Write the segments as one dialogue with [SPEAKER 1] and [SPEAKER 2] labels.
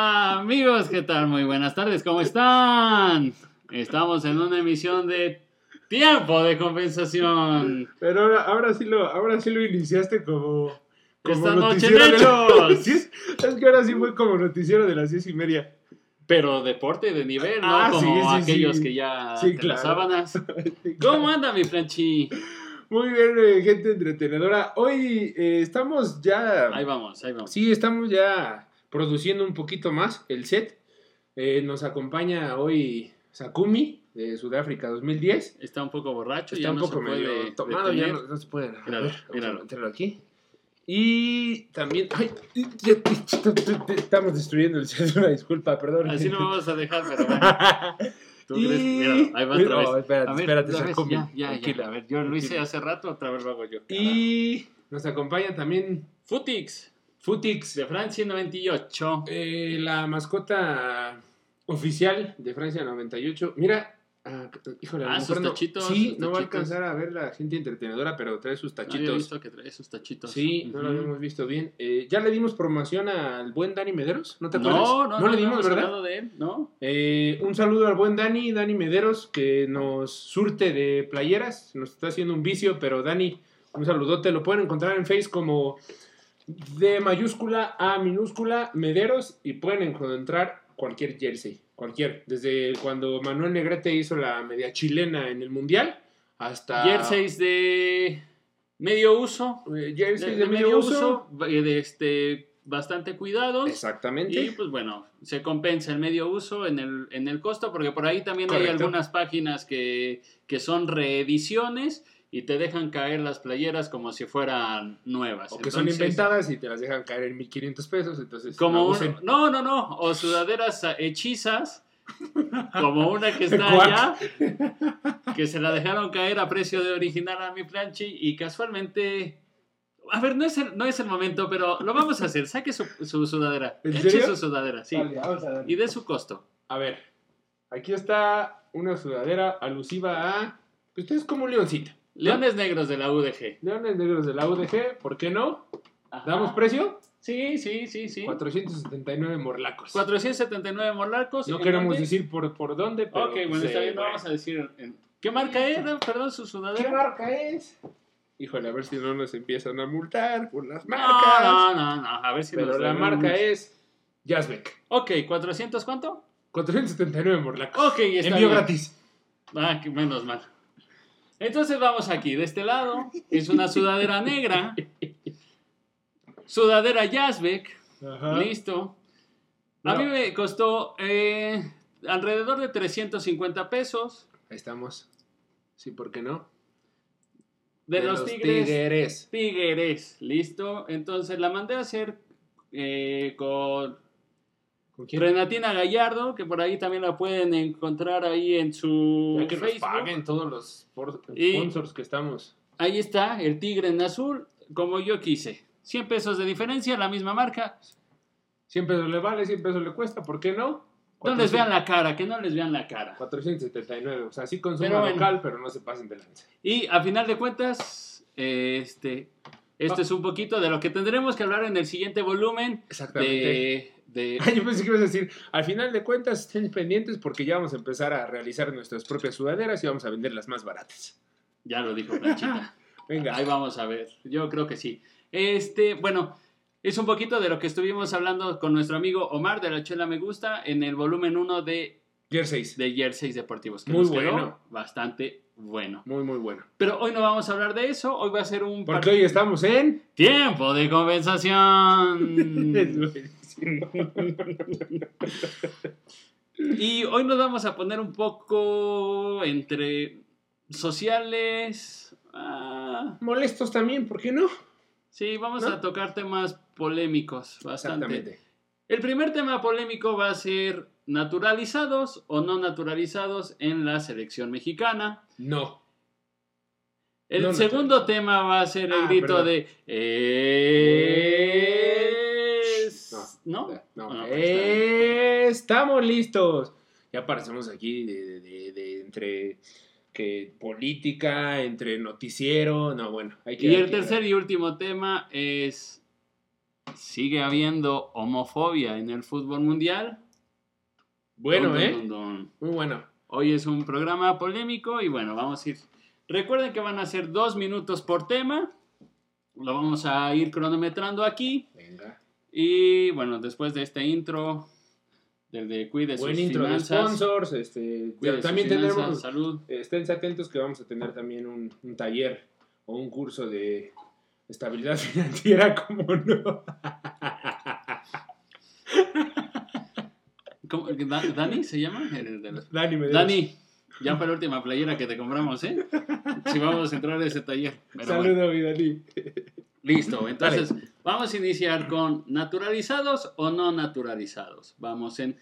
[SPEAKER 1] Amigos, ¿qué tal? Muy buenas tardes, ¿cómo están? Estamos en una emisión de Tiempo de Compensación.
[SPEAKER 2] Pero ahora, ahora, sí, lo, ahora sí lo iniciaste como. como
[SPEAKER 1] Esta noche
[SPEAKER 2] noticiero
[SPEAKER 1] en
[SPEAKER 2] de la-
[SPEAKER 1] hechos.
[SPEAKER 2] Sí, es, es que ahora sí fue como noticiero de las diez y media.
[SPEAKER 1] Pero deporte de nivel, ¿no?
[SPEAKER 2] Ah, sí,
[SPEAKER 1] Como
[SPEAKER 2] sí, sí.
[SPEAKER 1] aquellos que ya
[SPEAKER 2] Sí,
[SPEAKER 1] te las
[SPEAKER 2] claro.
[SPEAKER 1] sábanas. ¿Cómo anda mi planchi?
[SPEAKER 2] Muy bien, eh, gente entretenedora. Hoy eh, estamos ya.
[SPEAKER 1] Ahí vamos, ahí vamos.
[SPEAKER 2] Sí, estamos ya produciendo un poquito más el set. Eh, nos acompaña hoy Sakumi de Sudáfrica 2010.
[SPEAKER 1] Está un poco borracho,
[SPEAKER 2] Está
[SPEAKER 1] ya
[SPEAKER 2] un
[SPEAKER 1] no
[SPEAKER 2] poco
[SPEAKER 1] se puede
[SPEAKER 2] medio tomado,
[SPEAKER 1] detener.
[SPEAKER 2] ya no, no se puede. A
[SPEAKER 1] Míralo,
[SPEAKER 2] ver, vamos a
[SPEAKER 1] míralo.
[SPEAKER 2] meterlo aquí. Y también. Ay, ya te- te- te- te- estamos destruyendo el set, una disculpa, perdón.
[SPEAKER 1] Así no me vas a dejar, pero bueno. ¿Tú
[SPEAKER 2] Y-
[SPEAKER 1] crees? Míralo, ahí va otra vez.
[SPEAKER 2] No, espérate,
[SPEAKER 1] A ver,
[SPEAKER 2] espérate,
[SPEAKER 1] otra vez,
[SPEAKER 2] Sakumi.
[SPEAKER 1] ya, ya, ya.
[SPEAKER 2] Tranquila, a ver,
[SPEAKER 1] Yo lo hice
[SPEAKER 2] tranquila.
[SPEAKER 1] hace rato, otra vez lo hago yo.
[SPEAKER 2] Y nos acompaña también
[SPEAKER 1] Futix,
[SPEAKER 2] Futix,
[SPEAKER 1] de Francia 98.
[SPEAKER 2] eh, la mascota oficial de Francia 98. Mira, ah, híjole, a lo
[SPEAKER 1] Ah,
[SPEAKER 2] mejor
[SPEAKER 1] sus
[SPEAKER 2] no-
[SPEAKER 1] tachitos,
[SPEAKER 2] Sí,
[SPEAKER 1] sus
[SPEAKER 2] no va a
[SPEAKER 1] tachitos.
[SPEAKER 2] alcanzar a ver la gente entretenedora, pero trae sus
[SPEAKER 1] No había
[SPEAKER 2] tachitos.
[SPEAKER 1] visto que trae esos tachitos.
[SPEAKER 2] Sí, no lo
[SPEAKER 1] Ujú.
[SPEAKER 2] habíamos visto bien. Eh, ya le dimos promoción al buen Dani Mederos, ¿no te acuerdas?
[SPEAKER 1] No, no,
[SPEAKER 2] le dimos,
[SPEAKER 1] habíamos
[SPEAKER 2] ¿verdad?
[SPEAKER 1] hablado de él, ¿no?
[SPEAKER 2] Eh, un saludo al buen Dani, Dani Mederos, que nos surte de playeras, nos está haciendo un vicio, pero Dani, un saludote, lo pueden encontrar en Face como de mayúscula a minúscula Mederos y pueden encontrar cualquier jersey, cualquier, desde cuando Manuel Negrete hizo la media chilena en el Mundial hasta...
[SPEAKER 1] Jerseys de medio uso.
[SPEAKER 2] Eh, jerseys de, medio uso.
[SPEAKER 1] ba- eh, de este, bastante cuidados.
[SPEAKER 2] Exactamente.
[SPEAKER 1] Y pues bueno, se compensa el medio uso en el, en el costo, porque por ahí también hay
[SPEAKER 2] Correcto.
[SPEAKER 1] algunas páginas que, que son reediciones y te dejan caer las playeras como si fueran nuevas.
[SPEAKER 2] O que son
[SPEAKER 1] Entonces,
[SPEAKER 2] inventadas y te las dejan caer en 1500 pesos, entonces
[SPEAKER 1] Como
[SPEAKER 2] no
[SPEAKER 1] un-
[SPEAKER 2] usen.
[SPEAKER 1] no, no, no, o sudaderas hechizas, como una que está
[SPEAKER 2] Cuac.
[SPEAKER 1] allá, que se la dejaron caer a precio de original a mi planchi y casualmente, a ver, no es el, no es el momento, pero lo vamos a hacer, saque su, su sudadera,
[SPEAKER 2] ¿En
[SPEAKER 1] eche
[SPEAKER 2] serio?
[SPEAKER 1] su sudadera, sí,
[SPEAKER 2] Vale, vamos a ver.
[SPEAKER 1] y de su costo.
[SPEAKER 2] A ver, aquí está una sudadera alusiva a... Ustedes como un leoncito.
[SPEAKER 1] Leones Negros de la UDG.
[SPEAKER 2] Leones negros de la UDG, ¿por qué no?
[SPEAKER 1] Ajá.
[SPEAKER 2] ¿Damos precio?
[SPEAKER 1] Sí, sí, sí, sí.
[SPEAKER 2] 479 morlacos.
[SPEAKER 1] 479 morlacos.
[SPEAKER 2] No
[SPEAKER 1] ¿en
[SPEAKER 2] queremos
[SPEAKER 1] dónde?
[SPEAKER 2] decir por, por dónde, pero...
[SPEAKER 1] Ok, bueno,
[SPEAKER 2] pues,
[SPEAKER 1] está
[SPEAKER 2] eh,
[SPEAKER 1] bien, no
[SPEAKER 2] bueno.
[SPEAKER 1] vamos a decir... en- ¿Qué marca era? Perdón, su sudadera.
[SPEAKER 2] ¿Qué marca es? Híjole, a ver si no nos empiezan a multar por las marcas.
[SPEAKER 1] No, no, no, no, A ver si
[SPEAKER 2] pero
[SPEAKER 1] nos
[SPEAKER 2] la
[SPEAKER 1] dan un-
[SPEAKER 2] marca es Jazzbeck.
[SPEAKER 1] Ok, ¿400 cuánto?
[SPEAKER 2] 479 morlacos.
[SPEAKER 1] Ok, está
[SPEAKER 2] Envío
[SPEAKER 1] bien.
[SPEAKER 2] gratis.
[SPEAKER 1] Ah, que menos mal. Entonces vamos aquí, de este lado es una sudadera negra, sudadera Jazzbeck,
[SPEAKER 2] Ajá.
[SPEAKER 1] listo. A
[SPEAKER 2] Ah. No.
[SPEAKER 1] mí me costó eh, alrededor de 350 pesos
[SPEAKER 2] Ahí estamos. Sí, ¿por qué no?
[SPEAKER 1] de, los, tigres, Tigres, listo. Entonces la mandé a hacer eh, con
[SPEAKER 2] ¿Con quién?
[SPEAKER 1] Renatina Gallardo, que por ahí también la pueden encontrar ahí en su
[SPEAKER 2] Ya que nos
[SPEAKER 1] Facebook.
[SPEAKER 2] paguen todos los por-
[SPEAKER 1] Y-
[SPEAKER 2] sponsors que estamos.
[SPEAKER 1] Ahí está, el tigre en azul, como yo quise. 100 pesos de diferencia, la misma marca.
[SPEAKER 2] 100 pesos le vale, 100 pesos le cuesta, ¿por qué no?
[SPEAKER 1] No les vean la cara, que no les vean la cara.
[SPEAKER 2] 479, o sea, sí consumo
[SPEAKER 1] Pero bueno.
[SPEAKER 2] local, pero no se pasen de lanza.
[SPEAKER 1] Y a final de cuentas, este, esto
[SPEAKER 2] Va-
[SPEAKER 1] es un poquito de lo que tendremos que hablar en el siguiente volumen de... de-
[SPEAKER 2] Eh, Ay, yo pensé que ibas a decir, al final de cuentas estén pendientes porque ya vamos a empezar a realizar nuestras propias sudaderas y vamos a venderlas más baratas.
[SPEAKER 1] Ya lo dijo Planchita.
[SPEAKER 2] Venga,
[SPEAKER 1] Ahí vamos a ver. Yo creo que sí. Este, bueno, es un poquito de lo que estuvimos hablando con nuestro amigo Omar de la Chela Me Gusta en el volumen 1 de,
[SPEAKER 2] jerseys.
[SPEAKER 1] de Jerseys Deportivos. Que
[SPEAKER 2] Muy
[SPEAKER 1] nos quedó
[SPEAKER 2] bueno.
[SPEAKER 1] Bastante bueno.
[SPEAKER 2] Muy, muy bueno.
[SPEAKER 1] Pero hoy no vamos a hablar de eso. Hoy va a ser un
[SPEAKER 2] Porque
[SPEAKER 1] par-
[SPEAKER 2] hoy estamos en...
[SPEAKER 1] tiempo de conversación. y hoy nos vamos a poner un poco entre sociales. ah,
[SPEAKER 2] Molestos también, ¿por qué no?
[SPEAKER 1] sí, vamos
[SPEAKER 2] ¿No?
[SPEAKER 1] a tocar temas polémicos. Bastante.
[SPEAKER 2] Exactamente.
[SPEAKER 1] El primer tema polémico va a ser naturalizados o no naturalizados en la selección mexicana.
[SPEAKER 2] No.
[SPEAKER 1] El
[SPEAKER 2] No
[SPEAKER 1] segundo
[SPEAKER 2] naturalizados.
[SPEAKER 1] tema va a ser el
[SPEAKER 2] Ah,
[SPEAKER 1] grito
[SPEAKER 2] perdón.
[SPEAKER 1] de... Es... ¿No?
[SPEAKER 2] No,
[SPEAKER 1] Ah, pues, está
[SPEAKER 2] estamos listos. Ya parecemos aquí de, de- de- de entre que política, entre noticiero. No, bueno, hay que.
[SPEAKER 1] Y
[SPEAKER 2] hay
[SPEAKER 1] el
[SPEAKER 2] que-
[SPEAKER 1] tercer y último tema es, ¿sigue habiendo homofobia en el fútbol mundial?
[SPEAKER 2] Bueno,
[SPEAKER 1] Dun, dun,
[SPEAKER 2] ¿eh?
[SPEAKER 1] dun, dun.
[SPEAKER 2] Muy bueno.
[SPEAKER 1] Hoy es un programa polémico y bueno, vamos a ir. Recuerden que van a ser dos minutos por tema. Lo vamos a ir cronometrando aquí.
[SPEAKER 2] Venga.
[SPEAKER 1] Y bueno, después de este intro, del de cuide
[SPEAKER 2] Buen
[SPEAKER 1] sus
[SPEAKER 2] intro de
[SPEAKER 1] finanzas.
[SPEAKER 2] sponsors. Este,
[SPEAKER 1] cuide
[SPEAKER 2] pero
[SPEAKER 1] sus
[SPEAKER 2] también
[SPEAKER 1] finanzas,
[SPEAKER 2] tendremos.
[SPEAKER 1] salud.
[SPEAKER 2] Esténse atentos que vamos a tener también un, un taller o un curso de estabilidad financiera, como no.
[SPEAKER 1] ¿Cómo? Da- ¿Dani se llama? El de los-
[SPEAKER 2] Dani, me
[SPEAKER 1] Dani, ya fue la última playera que te compramos, ¿eh? Si vamos a entrar a ese taller. Pero bueno.
[SPEAKER 2] Saludos, mi Dani.
[SPEAKER 1] Listo, entonces vamos a iniciar con naturalizados o no naturalizados. Vamos en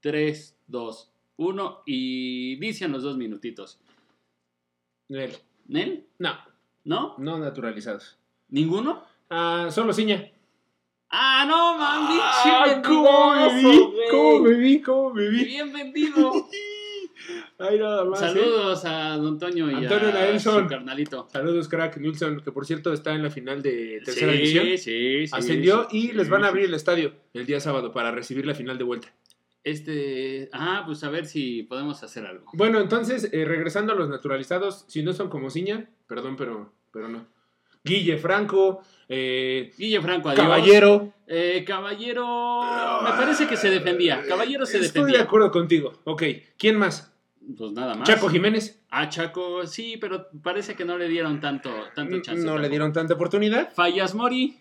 [SPEAKER 1] 3, 2, 1 y dicen los dos minutitos.
[SPEAKER 2] Nel.
[SPEAKER 1] ¿Nel?
[SPEAKER 2] No,
[SPEAKER 1] ¿No?
[SPEAKER 2] no naturalizados.
[SPEAKER 1] ¿Ninguno?
[SPEAKER 2] Ah, solo ciña.
[SPEAKER 1] ¡Ah, no, mami!
[SPEAKER 2] Ah, ¿Cómo me vi? ¿Cómo me vi? ¿Cómo me vi?
[SPEAKER 1] ¡Bien vendido!
[SPEAKER 2] Ay, nada más. ¿eh?
[SPEAKER 1] Saludos a Don Toño y
[SPEAKER 2] Antonio
[SPEAKER 1] a
[SPEAKER 2] Nelson.
[SPEAKER 1] su carnalito.
[SPEAKER 2] Saludos, crack Nilsson, que por cierto está en la final de tercera división.
[SPEAKER 1] sí, sí, sí.
[SPEAKER 2] Ascendió y
[SPEAKER 1] sí,
[SPEAKER 2] les van a
[SPEAKER 1] sí.
[SPEAKER 2] abrir el estadio el día sábado para recibir la final de vuelta.
[SPEAKER 1] Este. Ah, pues a ver si podemos hacer algo.
[SPEAKER 2] Bueno, entonces, eh, regresando a los naturalizados, si no son como Ciña, perdón, pero, pero no. Guille Franco, eh,
[SPEAKER 1] Guille Franco, adiós.
[SPEAKER 2] Caballero.
[SPEAKER 1] Eh, caballero. Me parece que se defendía. Caballero se
[SPEAKER 2] Estoy de
[SPEAKER 1] defendía.
[SPEAKER 2] acuerdo contigo. Ok, ¿quién más?
[SPEAKER 1] Pues nada más.
[SPEAKER 2] Chaco Jiménez.
[SPEAKER 1] Ah, Chaco, sí, pero parece que no le dieron tanto, tanto chance.
[SPEAKER 2] No le
[SPEAKER 1] tampoco.
[SPEAKER 2] dieron tanta oportunidad.
[SPEAKER 1] Fallas Mori.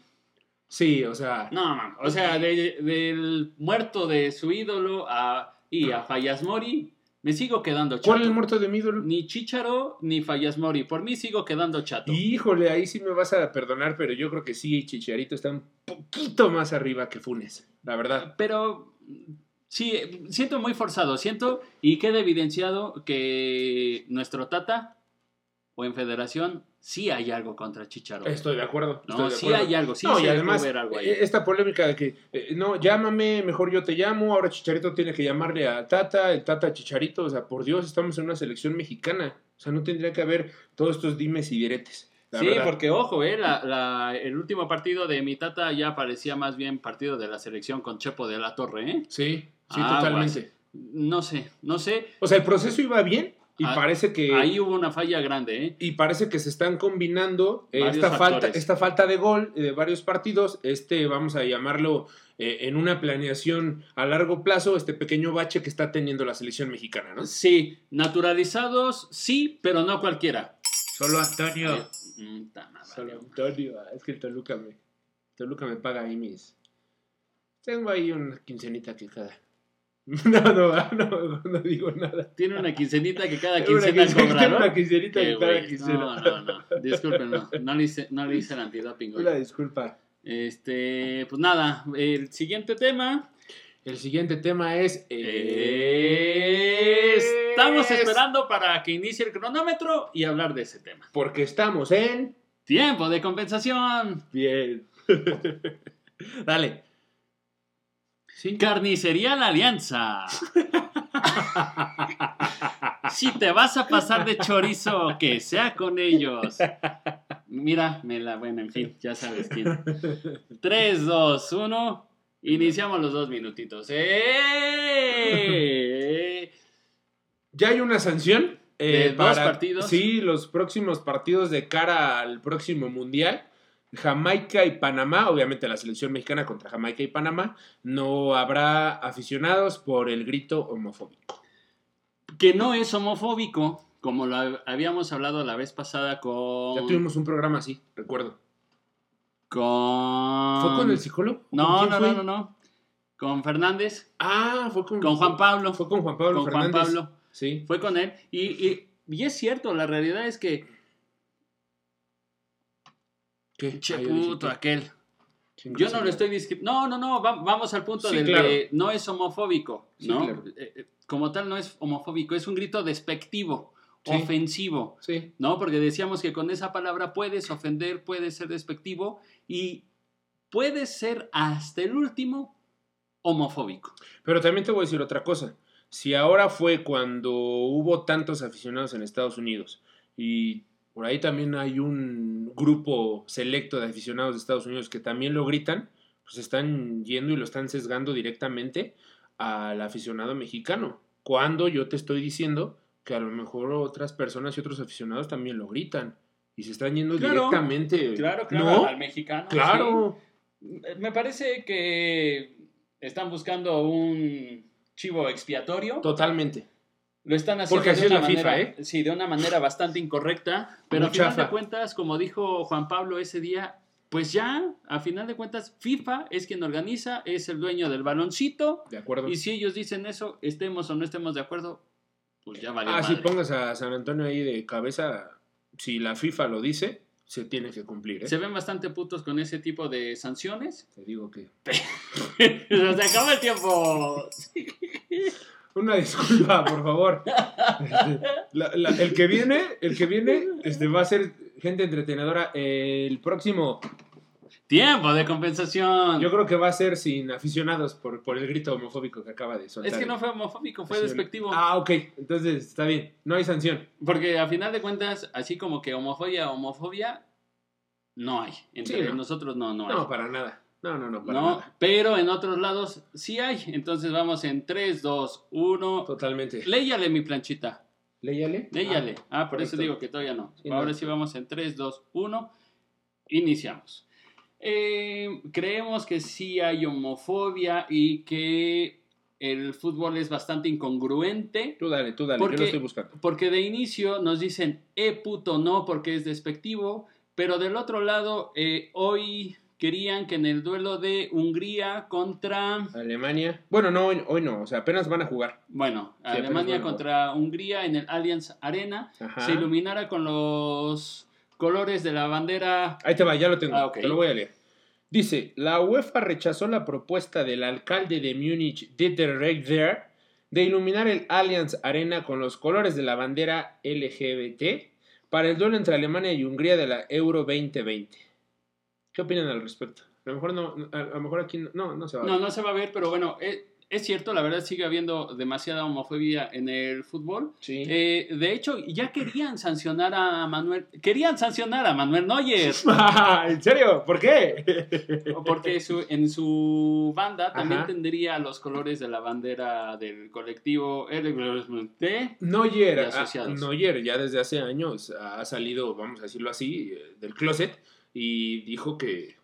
[SPEAKER 2] Sí, o sea,
[SPEAKER 1] No, mam, o sea, de- del muerto de su ídolo a, y a Fallas Mori, me sigo quedando chato.
[SPEAKER 2] Ah. ¿cuál es el muerto de mi ídolo?
[SPEAKER 1] Ni Chicharo ni Fallas Mori. Por mí sigo quedando chato.
[SPEAKER 2] Híjole, ahí sí me vas a perdonar, pero yo creo que sí, Chicharito está un poquito más arriba que Funes, la verdad.
[SPEAKER 1] Pero sí, siento muy forzado, siento y queda evidenciado que nuestro Tata o en Federación sí hay algo contra Chicharo.
[SPEAKER 2] Estoy de acuerdo.
[SPEAKER 1] no,
[SPEAKER 2] estoy de
[SPEAKER 1] sí
[SPEAKER 2] acuerdo.
[SPEAKER 1] hay algo, sí,
[SPEAKER 2] no,
[SPEAKER 1] sí
[SPEAKER 2] y
[SPEAKER 1] dejó
[SPEAKER 2] además,
[SPEAKER 1] ver algo ahí.
[SPEAKER 2] eh, esta polémica de que, eh, no, llámame, mejor yo te llamo, ahora Chicharito tiene que llamarle a Tata, el Tata a Chicharito, o sea, por Dios, estamos en una selección mexicana, o sea, no tendría que haber todos estos dimes y diretes. la
[SPEAKER 1] sí,
[SPEAKER 2] verdad.
[SPEAKER 1] porque ojo, eh, la- la- el último partido de mi Tata ya parecía más bien partido de la selección con Chepo de la Torre, ¿eh?
[SPEAKER 2] Sí, sí,
[SPEAKER 1] Aguas.
[SPEAKER 2] totalmente.
[SPEAKER 1] No sé, no sé,
[SPEAKER 2] O sea, el proceso iba bien y
[SPEAKER 1] Ah,
[SPEAKER 2] parece que...
[SPEAKER 1] ahí hubo una falla grande, ¿eh?
[SPEAKER 2] Y parece que se están combinando eh,
[SPEAKER 1] Varios
[SPEAKER 2] esta falta,
[SPEAKER 1] factores.
[SPEAKER 2] esta falta de gol eh, de varios partidos, este, vamos a llamarlo eh, en una planeación a largo plazo, este pequeño bache que está teniendo la selección mexicana, ¿no?
[SPEAKER 1] Sí, naturalizados, sí, pero no cualquiera.
[SPEAKER 2] Solo Antonio.
[SPEAKER 1] Mm, ta madre.
[SPEAKER 2] Eh, Solo Antonio, ah, es que el Toluca me, Toluca me paga ahí mis. Tengo ahí una quincenita que cada. No, no, ah, no, no digo nada.
[SPEAKER 1] Tiene una quincenita que cada
[SPEAKER 2] Tengo una
[SPEAKER 1] quincena
[SPEAKER 2] quincen-
[SPEAKER 1] cobra,
[SPEAKER 2] tengo
[SPEAKER 1] ¿no?
[SPEAKER 2] Una quincenita
[SPEAKER 1] Eh,
[SPEAKER 2] que cada
[SPEAKER 1] güey,
[SPEAKER 2] quincena.
[SPEAKER 1] no, no, no. Disculpen, no. No le hice, no le hice el antidoping, güey.
[SPEAKER 2] Una disculpa.
[SPEAKER 1] Este, pues nada, el siguiente tema.
[SPEAKER 2] El siguiente tema es. eh,
[SPEAKER 1] es- Estamos esperando para que inicie el cronómetro y hablar de ese tema.
[SPEAKER 2] Porque estamos en.
[SPEAKER 1] Tiempo de compensación.
[SPEAKER 2] Bien. Dale. Sí.
[SPEAKER 1] Carnicería La Alianza. si te vas a pasar de chorizo, que sea con ellos. Mira, me la bueno, en fin, ya sabes quién. 3, 2, 1. Iniciamos los dos minutitos. ¡Eh!
[SPEAKER 2] Ya hay una sanción.
[SPEAKER 1] ¿De
[SPEAKER 2] Eh,
[SPEAKER 1] dos partidos?
[SPEAKER 2] Sí, los próximos partidos de cara al próximo mundial. Jamaica y Panamá, obviamente la selección mexicana contra Jamaica y Panamá, no habrá aficionados por el grito homofóbico.
[SPEAKER 1] Que no es homofóbico, como lo hab- habíamos hablado la vez pasada con.
[SPEAKER 2] Ya tuvimos un programa así, recuerdo.
[SPEAKER 1] Con.
[SPEAKER 2] ¿Fue con el psicólogo?
[SPEAKER 1] No,
[SPEAKER 2] ¿Con
[SPEAKER 1] no,
[SPEAKER 2] quién fue?
[SPEAKER 1] no, no, no. Con Fernández.
[SPEAKER 2] Ah, fue con,
[SPEAKER 1] Con Juan Pablo.
[SPEAKER 2] Fue con Juan Pablo
[SPEAKER 1] con Juan
[SPEAKER 2] Fernández.
[SPEAKER 1] Pablo.
[SPEAKER 2] Sí.
[SPEAKER 1] Fue con él. Y, y- y es cierto, la realidad es que.
[SPEAKER 2] ¿Qué?
[SPEAKER 1] Che
[SPEAKER 2] Ah, ya dije
[SPEAKER 1] puto,
[SPEAKER 2] que-
[SPEAKER 1] aquel.
[SPEAKER 2] Chingo,
[SPEAKER 1] Yo
[SPEAKER 2] sí,
[SPEAKER 1] no lo
[SPEAKER 2] claro.
[SPEAKER 1] estoy discri- No, no, no. va- vamos al punto
[SPEAKER 2] Sí,
[SPEAKER 1] del
[SPEAKER 2] claro.
[SPEAKER 1] de no es homofóbico.
[SPEAKER 2] Sí,
[SPEAKER 1] ¿no?
[SPEAKER 2] claro.
[SPEAKER 1] Eh, eh, Como tal, no es homofóbico. Es un grito despectivo,
[SPEAKER 2] Sí.
[SPEAKER 1] ofensivo.
[SPEAKER 2] Sí.
[SPEAKER 1] ¿No? Porque decíamos que con esa palabra puedes ofender, puedes ser despectivo y puedes ser hasta el último homofóbico.
[SPEAKER 2] Pero también te voy a decir otra cosa. Si ahora fue cuando hubo tantos aficionados en Estados Unidos y por ahí también hay un grupo selecto de aficionados de Estados Unidos que también lo gritan, pues están yendo y lo están sesgando directamente al aficionado mexicano. Cuando yo te estoy diciendo que a lo mejor otras personas y otros aficionados también lo gritan y se están yendo
[SPEAKER 1] Claro,
[SPEAKER 2] directamente.
[SPEAKER 1] Claro, claro,
[SPEAKER 2] ¿No?
[SPEAKER 1] al mexicano.
[SPEAKER 2] Claro.
[SPEAKER 1] sí. Me parece que están buscando un chivo expiatorio.
[SPEAKER 2] Totalmente.
[SPEAKER 1] Lo están haciendo
[SPEAKER 2] Porque así
[SPEAKER 1] de
[SPEAKER 2] es
[SPEAKER 1] una
[SPEAKER 2] la
[SPEAKER 1] manera,
[SPEAKER 2] FIFA, ¿eh?
[SPEAKER 1] sí, de una manera bastante incorrecta, pero
[SPEAKER 2] Muy
[SPEAKER 1] a final de
[SPEAKER 2] chafa.
[SPEAKER 1] cuentas, como dijo Juan Pablo ese día, pues ya, a final de cuentas, FIFA es quien organiza, es el dueño del baloncito,
[SPEAKER 2] De acuerdo.
[SPEAKER 1] y si ellos dicen eso, estemos o no estemos de acuerdo, pues ya valió
[SPEAKER 2] Ah, si
[SPEAKER 1] madre.
[SPEAKER 2] pongas a San Antonio ahí de cabeza, si la FIFA lo dice, se tiene que cumplir. ¿eh?
[SPEAKER 1] Se ven bastante putos con ese tipo de sanciones.
[SPEAKER 2] Te digo que.
[SPEAKER 1] Se acaba el tiempo.
[SPEAKER 2] Una disculpa, por favor. La- la- el que viene, el que viene, este, va a ser gente entretenedora. El próximo,
[SPEAKER 1] Tiempo de compensación.
[SPEAKER 2] yo creo que va a ser sin aficionados por, por el grito homofóbico que acaba de soltar.
[SPEAKER 1] es que no
[SPEAKER 2] el-
[SPEAKER 1] fue homofóbico, fue
[SPEAKER 2] el-
[SPEAKER 1] despectivo.
[SPEAKER 2] Ah, ok. Entonces está bien. No hay sanción.
[SPEAKER 1] Porque a final de cuentas, así como que homofobia, homofobia, no hay. Entre
[SPEAKER 2] Sí, no.
[SPEAKER 1] nosotros no, no hay.
[SPEAKER 2] No, para nada. No, no, no, para
[SPEAKER 1] No,
[SPEAKER 2] nada.
[SPEAKER 1] pero en otros lados sí hay. Entonces vamos en 3, 2, 1.
[SPEAKER 2] Totalmente.
[SPEAKER 1] Léyale mi planchita.
[SPEAKER 2] Léyale.
[SPEAKER 1] Léyale. Ah, por eso
[SPEAKER 2] Ah, correcto.
[SPEAKER 1] digo que todavía no.
[SPEAKER 2] Sí,
[SPEAKER 1] Ahora
[SPEAKER 2] no.
[SPEAKER 1] sí vamos en 3, 2, 1. Iniciamos. Eh, creemos que sí hay homofobia y que el fútbol es bastante incongruente.
[SPEAKER 2] Ah, tú dale, tú dale.
[SPEAKER 1] Porque-
[SPEAKER 2] Yo lo estoy buscando.
[SPEAKER 1] Porque de inicio nos dicen, eh, puto, no, porque es despectivo. Pero del otro lado, eh, hoy querían que en el duelo de Hungría contra,
[SPEAKER 2] Alemania. Bueno, no, hoy, hoy no. O sea, apenas van a jugar.
[SPEAKER 1] bueno,
[SPEAKER 2] apenas
[SPEAKER 1] Alemania
[SPEAKER 2] van a
[SPEAKER 1] contra Hungría en el Allianz Arena,
[SPEAKER 2] Ajá.
[SPEAKER 1] se iluminara con los colores de la bandera.
[SPEAKER 2] Ahí te va, ya lo tengo.
[SPEAKER 1] Ah, ok.
[SPEAKER 2] Te lo voy a leer. Dice, la UEFA rechazó la propuesta del alcalde de Múnich, Dieter Reiter, de iluminar el Allianz Arena con los colores de la bandera LGBT para el duelo entre Alemania y Hungría de la Euro 2020. ¿Qué opinan al respecto? A lo mejor, no, a, a lo mejor aquí no, no, no se va a
[SPEAKER 1] No,
[SPEAKER 2] ver.
[SPEAKER 1] no se va a ver, pero bueno, eh, es cierto, la verdad sigue habiendo demasiada homofobia en el fútbol.
[SPEAKER 2] Sí.
[SPEAKER 1] Eh, de hecho, ya querían sancionar a Manuel, querían sancionar a Manuel Neuer.
[SPEAKER 2] ¿En serio? ¿Por qué?
[SPEAKER 1] O Porque su- en su banda también
[SPEAKER 2] Ajá.
[SPEAKER 1] tendría los colores de la bandera del colectivo LGBT.
[SPEAKER 2] Noyer,
[SPEAKER 1] Y
[SPEAKER 2] a-
[SPEAKER 1] asociados.
[SPEAKER 2] Noyer ya desde hace años ha salido, vamos a decirlo así, eh, del closet y dijo que,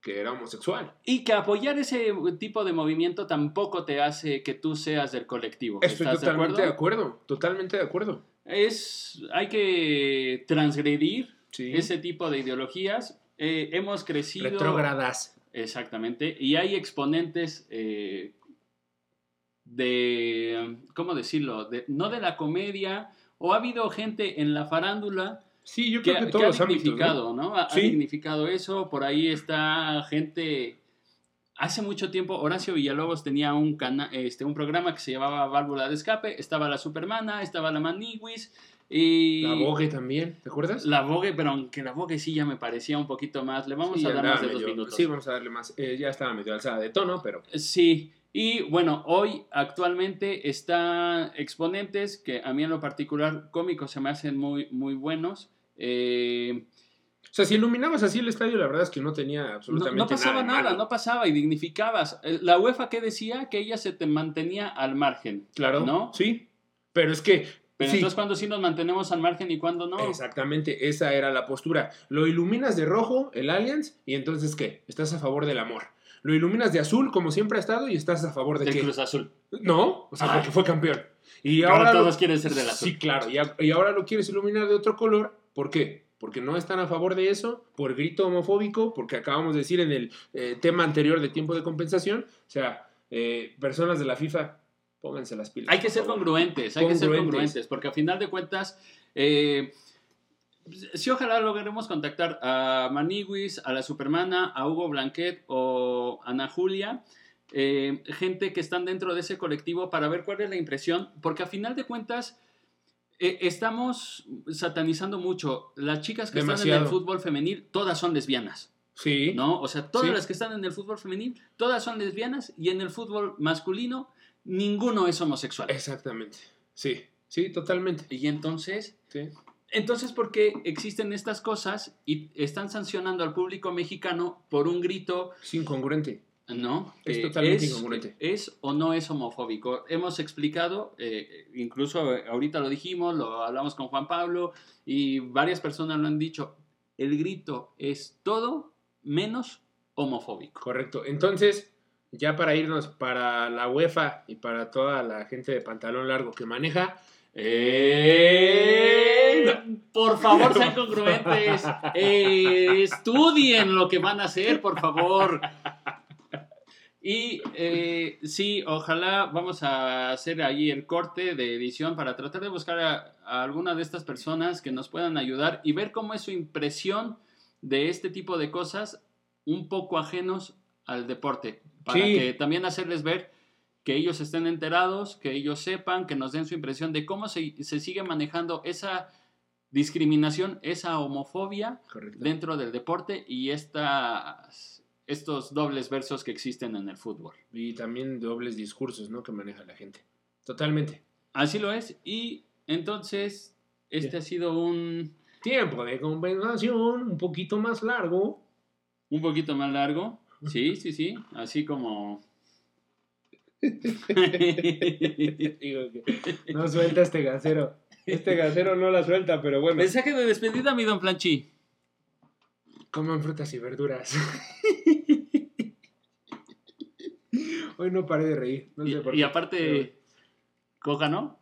[SPEAKER 2] que era homosexual.
[SPEAKER 1] Y que apoyar ese tipo de movimiento tampoco te hace que tú seas del colectivo.
[SPEAKER 2] Estoy
[SPEAKER 1] ¿Estás de acuerdo?
[SPEAKER 2] totalmente de acuerdo? totalmente de acuerdo.
[SPEAKER 1] Es, hay que transgredir
[SPEAKER 2] Sí.
[SPEAKER 1] ese tipo de ideologías. Eh, hemos crecido.
[SPEAKER 2] Retrógradas.
[SPEAKER 1] Exactamente. Y hay exponentes eh, de, ¿cómo decirlo? De- no de la comedia, o ha habido gente en la farándula
[SPEAKER 2] Sí, yo
[SPEAKER 1] que,
[SPEAKER 2] creo que,
[SPEAKER 1] que
[SPEAKER 2] todos
[SPEAKER 1] ha
[SPEAKER 2] los ámbitos. ¿no?
[SPEAKER 1] dignificado, ¿no? Ha, ha
[SPEAKER 2] Sí.
[SPEAKER 1] dignificado eso. Por ahí está gente... Hace mucho tiempo Horacio Villalobos tenía un, cana- este, un programa que se llamaba Válvula de Escape. Estaba la Supermana, estaba la Maniwis y...
[SPEAKER 2] La Vogue también, ¿te acuerdas?
[SPEAKER 1] La Vogue, pero aunque la Vogue sí ya me parecía un poquito más. Le vamos
[SPEAKER 2] Sí,
[SPEAKER 1] a dar más
[SPEAKER 2] andaba
[SPEAKER 1] de dos
[SPEAKER 2] medio-
[SPEAKER 1] minutos.
[SPEAKER 2] Sí, vamos a darle más. Eh, ya estaba medio alzada de tono, pero
[SPEAKER 1] Sí, y bueno, hoy actualmente están exponentes que a mí en lo particular cómicos se me hacen muy, muy buenos. Eh,
[SPEAKER 2] o sea, si iluminabas así el estadio, la verdad es que no tenía
[SPEAKER 1] no,
[SPEAKER 2] absolutamente
[SPEAKER 1] no pasaba
[SPEAKER 2] de
[SPEAKER 1] nada,
[SPEAKER 2] malo.
[SPEAKER 1] no pasaba y dignificabas. Eh, La UEFA que decía que ella se te mantenía al margen,
[SPEAKER 2] Claro.
[SPEAKER 1] ¿No?
[SPEAKER 2] Sí. Pero es que
[SPEAKER 1] pero
[SPEAKER 2] Sí.
[SPEAKER 1] entonces cuando sí nos mantenemos al margen y cuando no.
[SPEAKER 2] Exactamente, esa era la postura. Lo iluminas de rojo, el Allianz, y entonces ¿qué? Estás a favor del amor. Lo iluminas de azul, como siempre ha estado, y estás a favor de,
[SPEAKER 1] Del
[SPEAKER 2] qué?
[SPEAKER 1] Cruz Azul.
[SPEAKER 2] No, o sea,
[SPEAKER 1] Ah.
[SPEAKER 2] porque fue campeón. Y
[SPEAKER 1] Pero
[SPEAKER 2] ahora lo-
[SPEAKER 1] todos quieren ser del Azul.
[SPEAKER 2] Sí, claro, y, a- y ahora lo quieres iluminar de otro color, ¿por qué? Porque no están a favor de eso, por grito homofóbico, porque acabamos de decir en el eh, tema anterior de tiempo de compensación, o sea, eh, personas de la FIFA, pónganse las pilas.
[SPEAKER 1] Hay que
[SPEAKER 2] por
[SPEAKER 1] ser
[SPEAKER 2] favor.
[SPEAKER 1] congruentes, hay que ser
[SPEAKER 2] Congruentes.
[SPEAKER 1] congruentes, porque a final de cuentas, eh, si ojalá logremos contactar a Maniwis, a la Supermana, a Hugo Blanquet o Ana Julia, eh, gente que están dentro de ese colectivo para ver cuál es la impresión, porque a final de cuentas eh, estamos satanizando mucho. Las chicas que están en el
[SPEAKER 2] Demasiado.
[SPEAKER 1] fútbol femenil, todas son lesbianas.
[SPEAKER 2] Sí,
[SPEAKER 1] ¿no? O sea, todas
[SPEAKER 2] Sí.
[SPEAKER 1] las que están en el fútbol femenil, todas son lesbianas y en el fútbol masculino, ninguno es homosexual.
[SPEAKER 2] exactamente, sí, sí, totalmente.
[SPEAKER 1] Y entonces,
[SPEAKER 2] Sí.
[SPEAKER 1] entonces, ¿por qué existen estas cosas y están sancionando al público mexicano por un grito
[SPEAKER 2] Es incongruente.
[SPEAKER 1] No,
[SPEAKER 2] Es
[SPEAKER 1] que
[SPEAKER 2] totalmente
[SPEAKER 1] es,
[SPEAKER 2] incongruente.
[SPEAKER 1] es o no es homofóbico. Hemos explicado, eh, incluso eh, ahorita lo dijimos, lo hablamos con Juan Pablo y varias personas lo han dicho. El grito es todo menos homofóbico.
[SPEAKER 2] Correcto. Entonces, ya para irnos para la UEFA y para toda la gente de pantalón largo que maneja,
[SPEAKER 1] Eh, Por favor, sean congruentes. Eh, estudien lo que van a hacer, por favor. Y eh, sí, ojalá vamos a hacer ahí el corte de edición para tratar de buscar a, a alguna de estas personas que nos puedan ayudar y ver cómo es su impresión de este tipo de cosas un poco ajenos al deporte. Para
[SPEAKER 2] Sí.
[SPEAKER 1] que también hacerles ver que ellos estén enterados, que ellos sepan, que nos den su impresión de cómo se, se sigue manejando esa discriminación, esa homofobia
[SPEAKER 2] correcto.
[SPEAKER 1] dentro del deporte y estas, estos dobles versos que existen en el fútbol.
[SPEAKER 2] Y también dobles discursos, ¿no? Que maneja la gente. Totalmente.
[SPEAKER 1] Así lo es y entonces este
[SPEAKER 2] Ya.
[SPEAKER 1] ha sido un,
[SPEAKER 2] Tiempo de compensación un poquito más largo.
[SPEAKER 1] un poquito más largo. Sí, sí, sí, así como...
[SPEAKER 2] Digo que no suelta este gasero. Este gasero no la suelta, pero bueno.
[SPEAKER 1] Mensaje de despedida, mi don Planchi.
[SPEAKER 2] Coman frutas y verduras. Hoy no paré de reír. No
[SPEAKER 1] Y,
[SPEAKER 2] sé por
[SPEAKER 1] y
[SPEAKER 2] qué.
[SPEAKER 1] aparte, coja, ¿no?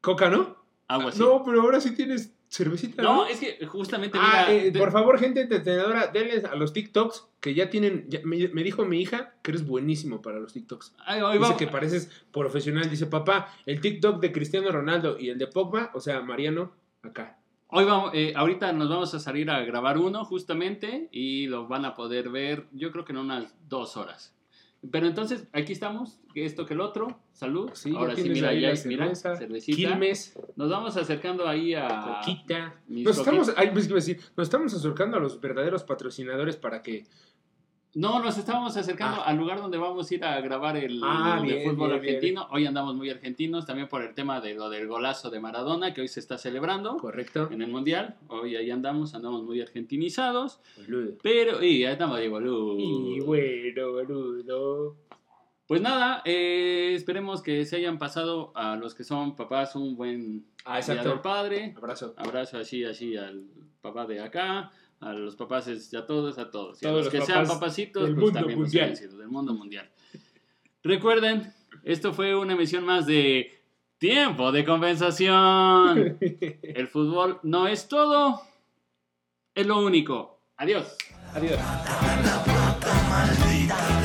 [SPEAKER 2] Coca, ¿no?
[SPEAKER 1] Agua sí. No,
[SPEAKER 2] Ah, No, pero ahora sí tienes cervecita.
[SPEAKER 1] es que justamente
[SPEAKER 2] Ah,
[SPEAKER 1] mira,
[SPEAKER 2] eh,
[SPEAKER 1] eh, de-
[SPEAKER 2] por favor, gente entretenedora, denles a los TikToks que ya tienen. ya- me, me dijo mi hija que eres buenísimo para los TikToks.
[SPEAKER 1] ay, ahí
[SPEAKER 2] Dice
[SPEAKER 1] va-
[SPEAKER 2] que pareces profesional. Dice, papá, el TikTok de Cristiano Ronaldo y el de Pogba, o sea, Mariano, acá.
[SPEAKER 1] Hoy vamos, eh, ahorita nos vamos a salir a grabar uno justamente y lo van a poder ver, yo creo que en unas dos horas. Pero entonces, aquí estamos, que esto que el otro, salud.
[SPEAKER 2] Sí, ya
[SPEAKER 1] Ahora sí,
[SPEAKER 2] tienes
[SPEAKER 1] mira,
[SPEAKER 2] ahí
[SPEAKER 1] ya
[SPEAKER 2] la
[SPEAKER 1] es, mira,
[SPEAKER 2] cerveza,
[SPEAKER 1] cervecita.
[SPEAKER 2] Quilmes,
[SPEAKER 1] Nos vamos acercando ahí a...
[SPEAKER 2] Coquita.
[SPEAKER 1] mis
[SPEAKER 2] Nos
[SPEAKER 1] coquitas.
[SPEAKER 2] estamos, ay, pues, iba a decir, nos estamos acercando a los verdaderos patrocinadores para que.
[SPEAKER 1] No, nos estábamos acercando
[SPEAKER 2] Ah.
[SPEAKER 1] al lugar donde vamos a ir a grabar el
[SPEAKER 2] Ah,
[SPEAKER 1] de
[SPEAKER 2] bien,
[SPEAKER 1] fútbol
[SPEAKER 2] bien, bien.
[SPEAKER 1] argentino. Hoy andamos muy argentinos también por el tema de lo del golazo de Maradona que hoy se está celebrando
[SPEAKER 2] Correcto.
[SPEAKER 1] en el Mundial. Hoy ahí andamos, andamos muy argentinizados.
[SPEAKER 2] Boludo.
[SPEAKER 1] Pero, y ahí estamos de boludo.
[SPEAKER 2] Y bueno, boludo.
[SPEAKER 1] Pues nada, eh, esperemos que se hayan pasado a los que son papás un buen
[SPEAKER 2] Ah,
[SPEAKER 1] día del
[SPEAKER 2] exacto.
[SPEAKER 1] padre.
[SPEAKER 2] Abrazo.
[SPEAKER 1] Abrazo así, así al papá de acá, a los papás, es- a todos, a todos. Y a
[SPEAKER 2] Todos
[SPEAKER 1] los que
[SPEAKER 2] los
[SPEAKER 1] sean
[SPEAKER 2] papás
[SPEAKER 1] papacitos,
[SPEAKER 2] del
[SPEAKER 1] pues
[SPEAKER 2] mundo
[SPEAKER 1] también los
[SPEAKER 2] mundial.
[SPEAKER 1] hayan sido, del mundo mundial. Recuerden, esto fue una emisión más de Tiempo de Compensación. El fútbol no es todo, es lo único. Adiós.
[SPEAKER 2] Adiós.
[SPEAKER 3] maldita